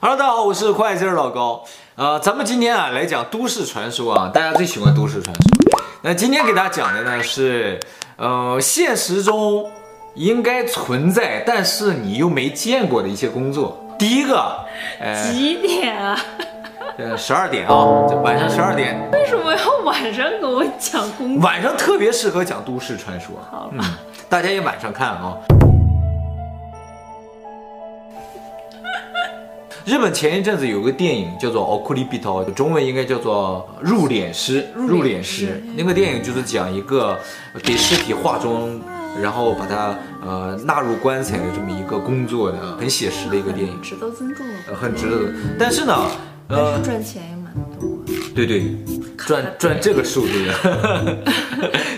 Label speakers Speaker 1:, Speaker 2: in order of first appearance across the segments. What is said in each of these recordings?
Speaker 1: Hello，大家好，我是会计师老高。呃，咱们今天啊来讲都市传说啊，大家最喜欢都市传说。那今天给大家讲的呢是，呃，现实中应该存在，但是你又没见过的一些工作。第一个，呃，
Speaker 2: 几点 啊？
Speaker 1: 呃，十二点啊，这晚上十二点，
Speaker 2: 为什么要晚上给我讲工作？
Speaker 1: 晚上特别适合讲都市传说。
Speaker 2: 好吧
Speaker 1: 嗯，大家也晚上看啊。日本前一阵子有个电影叫做《奥库里比头》，中文应该叫做《入殓师》。入
Speaker 2: 殓
Speaker 1: 殓
Speaker 2: 师
Speaker 1: 师那个电影就是讲一个给尸体化妆，然后把它呃纳入棺材的这么一个工作的，很写实的一个电影，
Speaker 2: 值得尊重了，
Speaker 1: 呃很值得的。但是呢，呃，
Speaker 2: 赚钱也蛮多。
Speaker 1: 对对，赚赚这个数字 的，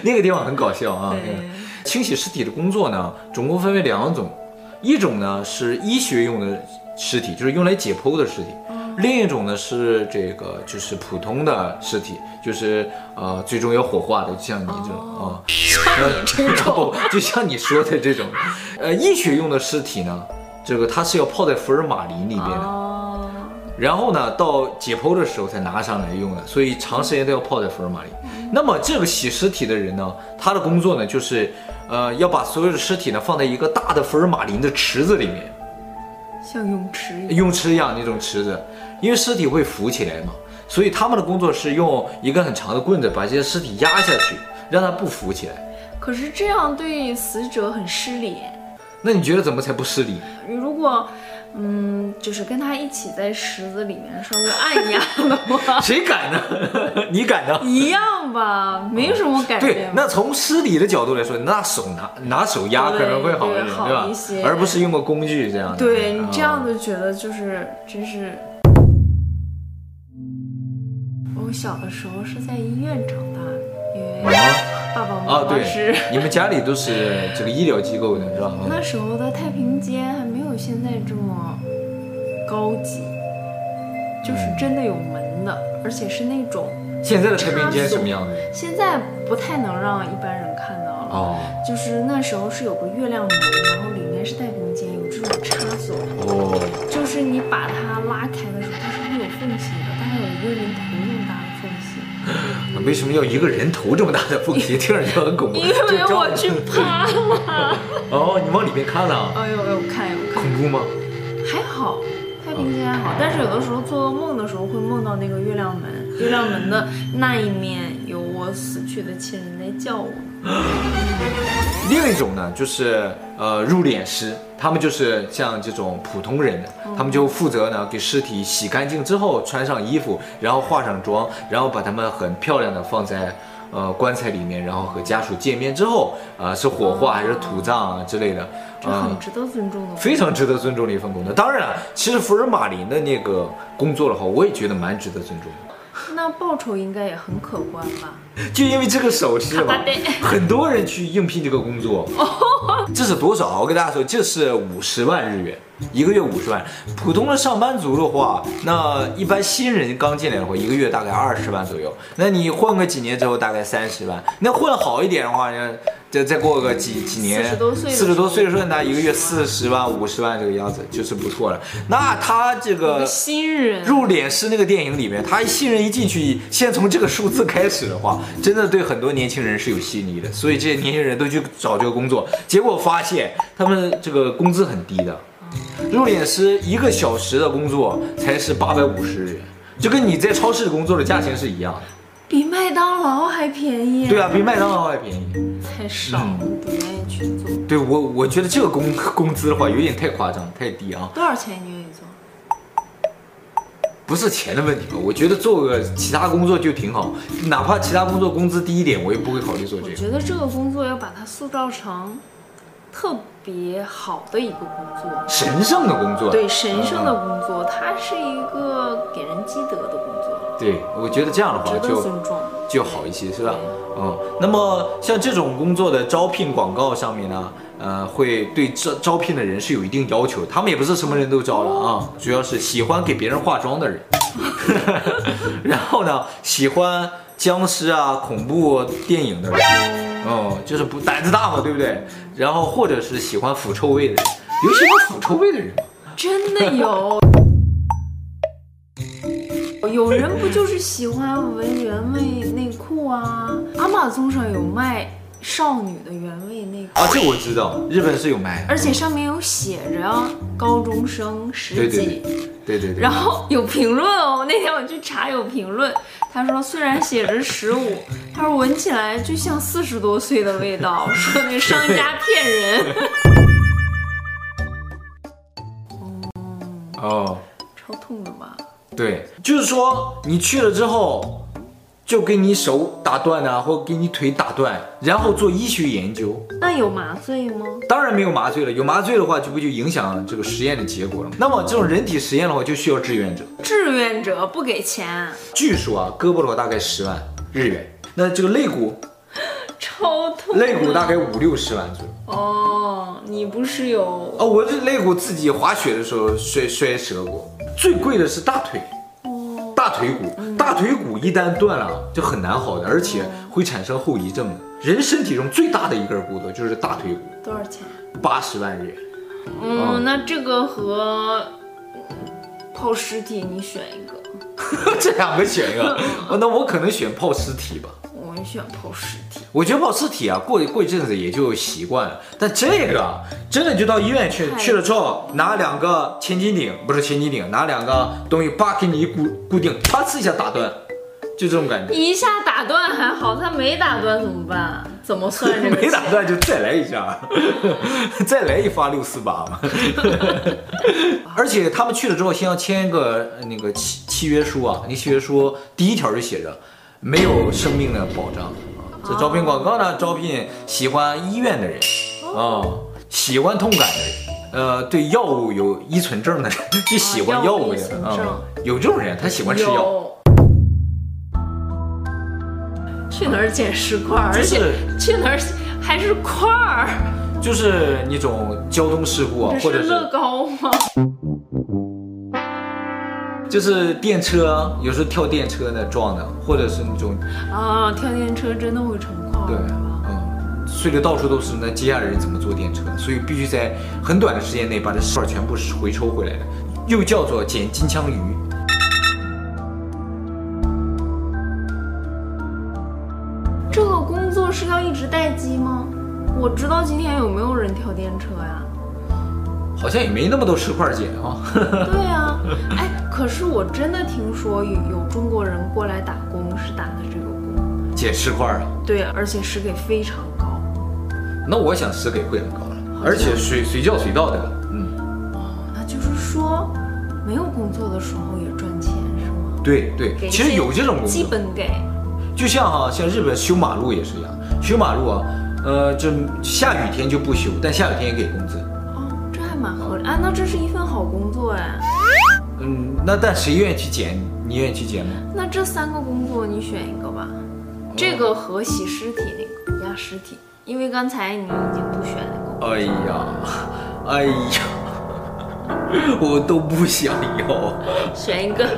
Speaker 1: 那个地方很搞笑啊。
Speaker 2: 对
Speaker 1: 那个清洗尸体的工作呢，总共分为两种，一种呢是医学用的尸体，就是用来解剖的尸体；
Speaker 2: 嗯
Speaker 1: 另一种呢是这个就是普通的尸体，就是呃最终要火化的，就像你这种啊。
Speaker 2: 哦
Speaker 1: 呃，然后就像你说的这种，呃，医学用的尸体呢，这个它是要泡在福尔马林里边的，
Speaker 2: 哦，
Speaker 1: 然后呢，到解剖的时候才拿上来用的，所以长时间都要泡在福尔马林。那么这个洗尸体的人呢，他的工作呢，就是，呃，要把所有的尸体呢放在一个大的福尔马林的池子里面，
Speaker 2: 像泳池一样。
Speaker 1: 泳池一样那种池子，因为尸体会浮起来嘛，所以他们的工作是用一根很长的棍子把这些尸体压下去，让它不浮起来。
Speaker 2: 可是这样对死者很失礼。
Speaker 1: 那你觉得怎么才不失礼？
Speaker 2: 你如果，嗯，就是跟他一起在池子里面稍微按一按的 话，
Speaker 1: 谁敢呢？你敢呢？
Speaker 2: 一样吧，没什么改
Speaker 1: 对
Speaker 2: 变，。
Speaker 1: 那从尸体的角度来说，拿手拿拿手压可能会好一点，
Speaker 2: 对
Speaker 1: 对
Speaker 2: 好
Speaker 1: 吧
Speaker 2: 一些？
Speaker 1: 而不是用个工具这样的。
Speaker 2: 对你
Speaker 1: 嗯
Speaker 2: 这样。就觉得就是真是。我小的时候是在医院长大的，因为爸爸
Speaker 1: 哦啊
Speaker 2: 妈，妈是、
Speaker 1: 对，你们家里都是这个医疗机构的是吧？
Speaker 2: 那时候的太平间还没有现在这么高级，就是真的有门的，而且是那种
Speaker 1: 现在的太平间什么样子？
Speaker 2: 现在不太能让一般人看到了。
Speaker 1: 哦
Speaker 2: 就是那时候是有个月亮门，然后里面是太平间，有这种插座。
Speaker 1: 哦，
Speaker 2: 就是你把它拉开的时候，它是会有缝隙的，大概有一个人头那么大的缝隙。
Speaker 1: 为什么要一个人头这么大的 缝隙？听上去很恐怖。
Speaker 2: 因为
Speaker 1: 就
Speaker 2: 我去趴了。
Speaker 1: 哦，你往里面看了啊，
Speaker 2: 哎呦哎呦，看有看，
Speaker 1: 恐怖吗？
Speaker 2: 还好，太平间还好，但是有的时候做噩梦的时候会梦到那个月亮门，月亮门的那一面有我死去的亲人在叫我。
Speaker 1: 另一种呢，就是呃入殓师，他们就是像这种普通人，
Speaker 2: 嗯
Speaker 1: 他们就负责呢给尸体洗干净之后，穿上衣服，然后化上妆，然后把他们很漂亮的放在呃棺材里面，然后和家属见面之后，呃是火化还是土葬啊之类的，
Speaker 2: 嗯这
Speaker 1: 嗯、
Speaker 2: 很值得尊重的，
Speaker 1: 非常值得尊重的一份工作。当然啊，其实福尔马林的那个工作的话，我也觉得蛮值得尊重的。
Speaker 2: 那报酬应该也很可观吧？
Speaker 1: 就因为这个手势嘛
Speaker 2: 卡巴爹，
Speaker 1: 很多人去应聘这个工 作。这是多少啊？我跟大家说，这是五十万日元，一个月五十万。普通的上班族的话，那一般新人刚进来的话，一个月大概二十万左右。那你混个几年之后，大概三十万。那混好一点的话，呢，再再过个几几年，
Speaker 2: 40多岁的时候
Speaker 1: 四十多岁的时候，那一个月四十万、五十万这个样子就是不错了。那他这
Speaker 2: 一
Speaker 1: 个
Speaker 2: 个新人，
Speaker 1: 入殓师那个电影里面，他一新人一进去，先从这个数字开始的话，真的对很多年轻人是有吸引力的。所以这些年轻人都去找这个工作，结果发现他们这个工资很低的。入殓师一个小时的工作才是八百五十日元，就跟你在超市工作的价钱是一样的。
Speaker 2: 比麦当劳还便宜，
Speaker 1: 对，啊，比麦当劳还便宜。
Speaker 2: 太少了，不愿意去做。
Speaker 1: 对我，我觉得这个工工资的话有点太夸张，太低啊。
Speaker 2: 多少钱你愿意做？
Speaker 1: 不是钱的问题吧？我觉得做个其他工作就挺好，哪怕其他工作工资低一点，我也不会考虑做这
Speaker 2: 我
Speaker 1: 个。
Speaker 2: 觉得这个工作要把它塑造成特别好的一个工作，
Speaker 1: 神圣的工作。嗯
Speaker 2: 对神圣的工作，它是一个给人积德的工作，
Speaker 1: 嗯对，我觉得这样的话
Speaker 2: 值得
Speaker 1: 啊就
Speaker 2: 尊重。
Speaker 1: 就好一些，是吧？嗯，那么像这种工作的招聘广告上面呢，呃，会对招招聘的人是有一定要求，他们也不是什么人都招了
Speaker 2: 哦
Speaker 1: 啊，主要是喜欢给别人化妆的 人，然后呢，喜欢僵尸啊、恐怖电影的人，嗯，就是不胆子大嘛，对不对？然后或者是喜欢腐臭味的人，有喜欢腐臭味的人吗？
Speaker 2: 真的有，有人不就是喜欢闻原味内裤啊？阿玛宗上有卖少女的原味内裤，
Speaker 1: 啊，这我知道，日本是有卖的，
Speaker 2: 而且上面有写着高中生
Speaker 1: 对对
Speaker 2: 十几
Speaker 1: 对，对对对
Speaker 2: 然，后有评论哦，那天我去查有评论，他说虽然写着十五，他说闻起来就像四十多岁的味道，说那商家骗人，
Speaker 1: 哦，
Speaker 2: 超痛的吧？
Speaker 1: 对，就是说你去了之后，就给你手打断啊，或给你腿打断，啊然后做医学研究。
Speaker 2: 那有麻醉吗？
Speaker 1: 当然没有麻醉了，有麻醉的话，就不就影响这个实验的结果了吗？那么这种人体实验的话，就需要志愿者。
Speaker 2: 志愿者不给钱，
Speaker 1: 据说啊，胳膊的话大概十万日元，那这个肋骨，
Speaker 2: 超痛的。
Speaker 1: 肋骨大概五六十万左右。
Speaker 2: 哦，你不是有
Speaker 1: 哦，我这肋骨自己滑雪的时候摔摔折过，最贵的是大腿，
Speaker 2: 哦
Speaker 1: 大腿骨，大腿骨一旦断了就很难好的，而且会产生后遗症的。人身体中最大的一根骨头就是大腿骨，
Speaker 2: 多少钱？
Speaker 1: 八十万日元。
Speaker 2: 嗯，
Speaker 1: 哦
Speaker 2: 那这个和嗯抛尸体你选一个，
Speaker 1: 这两个选一个，哦那我可能选泡尸体吧。
Speaker 2: 我选抛尸体。
Speaker 1: 我觉得泡尸体啊，过过一阵子也就习惯了。但这个啊真的就到医院去
Speaker 2: 太
Speaker 1: 去了之后，拿两个千斤顶，不是千斤顶，拿两个东西叭给你一固固定，啪呲一下打断，就这种感觉。
Speaker 2: 一下打断还好，他没打断怎么办？怎么算这 个？
Speaker 1: 没打。断就再来一下， 再来一发六四八嘛。 而且他们去了之后，先要签一个呃那个契契约书啊，那契约书第一条就写着没有生命的保障。啊这招聘广告呢，招聘喜欢医院的人，
Speaker 2: 哦
Speaker 1: 啊、喜欢痛感的人。呃，对药物有依存症的人，就喜欢
Speaker 2: 啊
Speaker 1: 药
Speaker 2: 药物
Speaker 1: 物的
Speaker 2: 依存
Speaker 1: 人，
Speaker 2: 症
Speaker 1: 嗯，有这种人，他喜欢吃药。
Speaker 2: 有。去哪儿捡石块儿？
Speaker 1: 就
Speaker 2: 而
Speaker 1: 是
Speaker 2: 且去哪儿还是块儿？
Speaker 1: 就是那种交通事故啊，或
Speaker 2: 这
Speaker 1: 者
Speaker 2: 是
Speaker 1: 是
Speaker 2: 乐高吗？
Speaker 1: 就是电车，有时候跳电车的撞的，或者是那种
Speaker 2: 啊，跳电车真的会成块
Speaker 1: 对
Speaker 2: 儿啊。，
Speaker 1: 嗯，碎的到处都是，那接下来人怎么坐电车？所以必须在很短的时间内把这石块全部回抽回来的，又叫做捡金枪鱼。
Speaker 2: 这个工作是要一直待机吗？我知道今天有没有人跳电车 呀？
Speaker 1: 好像也没那么多石块捡啊，
Speaker 2: 对呀、哎，可是我真的听说有有中国人过来打工是打的这个工，
Speaker 1: 捡石块啊。
Speaker 2: 对，而且是给非常高。
Speaker 1: 那我想石给会很高了，而且随随叫随到的。嗯，
Speaker 2: 那就是说，没有工作的时候也赚钱是吗？
Speaker 1: 对对
Speaker 2: 给，一
Speaker 1: 其实
Speaker 2: 些
Speaker 1: 有这种工
Speaker 2: 基
Speaker 1: 作，
Speaker 2: 本给，
Speaker 1: 就像哈、像日本修马路也是一样，修马路啊，呃，这下雨天就不修，但下雨天也给工资。
Speaker 2: 哦，这还蛮合理啊。那这是一份好工作哎。
Speaker 1: 嗯，那但谁愿意去捡？你愿意去捡吗？
Speaker 2: 那这三个工作你选一个吧，这个和洗尸体那个压尸体，因为刚才你已经不选那个工作。
Speaker 1: 哎呀， 哎呀， 我都不想要。
Speaker 2: 选一个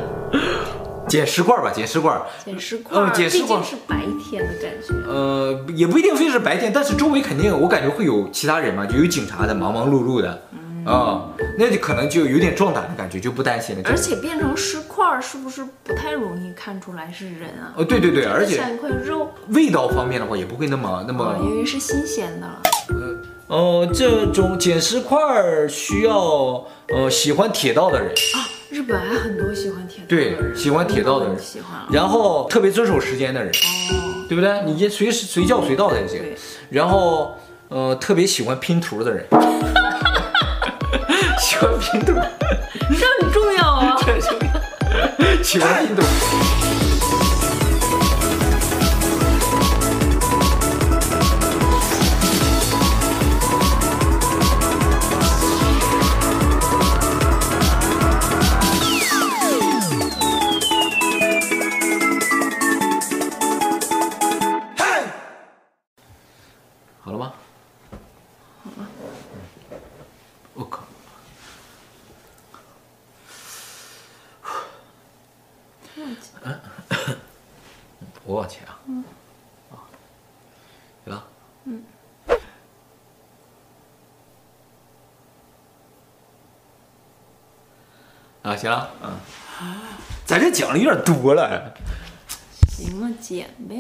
Speaker 1: 捡石块吧，捡石块。
Speaker 2: 捡尸块儿，
Speaker 1: 嗯捡尸
Speaker 2: 毕
Speaker 1: 块儿
Speaker 2: 竟是白天的感觉。
Speaker 1: 呃，也不一定非是白天，但是周围肯定我感觉会有其他人嘛，就有警察的，忙忙碌碌的，啊、那就可能就有点壮胆的感觉，就不担心了。就
Speaker 2: 而且变成尸块儿是不是不太容易看出来是人啊？
Speaker 1: 哦，对对对，而且嗯
Speaker 2: 像一块肉，
Speaker 1: 味道方面的话，也不会那么那
Speaker 2: 哦，
Speaker 1: 么。
Speaker 2: 因为是新鲜的了。啊
Speaker 1: 哦、这种捡石块儿需要呃喜欢铁道的人，
Speaker 2: 啊，日本还很多喜欢铁道的
Speaker 1: 对
Speaker 2: 人
Speaker 1: 喜欢铁道的人
Speaker 2: 我喜欢了。
Speaker 1: 然后特别遵守时间的人，
Speaker 2: 哦，
Speaker 1: 对不对？你也随时随叫随到才行。
Speaker 2: 对，
Speaker 1: 然后，呃，特别喜欢拼图的 人， 喜欢拼图，
Speaker 2: 这很重 要啊。
Speaker 1: 喜欢拼图。好了吗？我靠！我往前啊。嗯。行了。
Speaker 3: 嗯
Speaker 2: 啊，
Speaker 3: 啊，行了，嗯。
Speaker 1: 咱这讲的有点多了。哎
Speaker 2: 行了，减呗。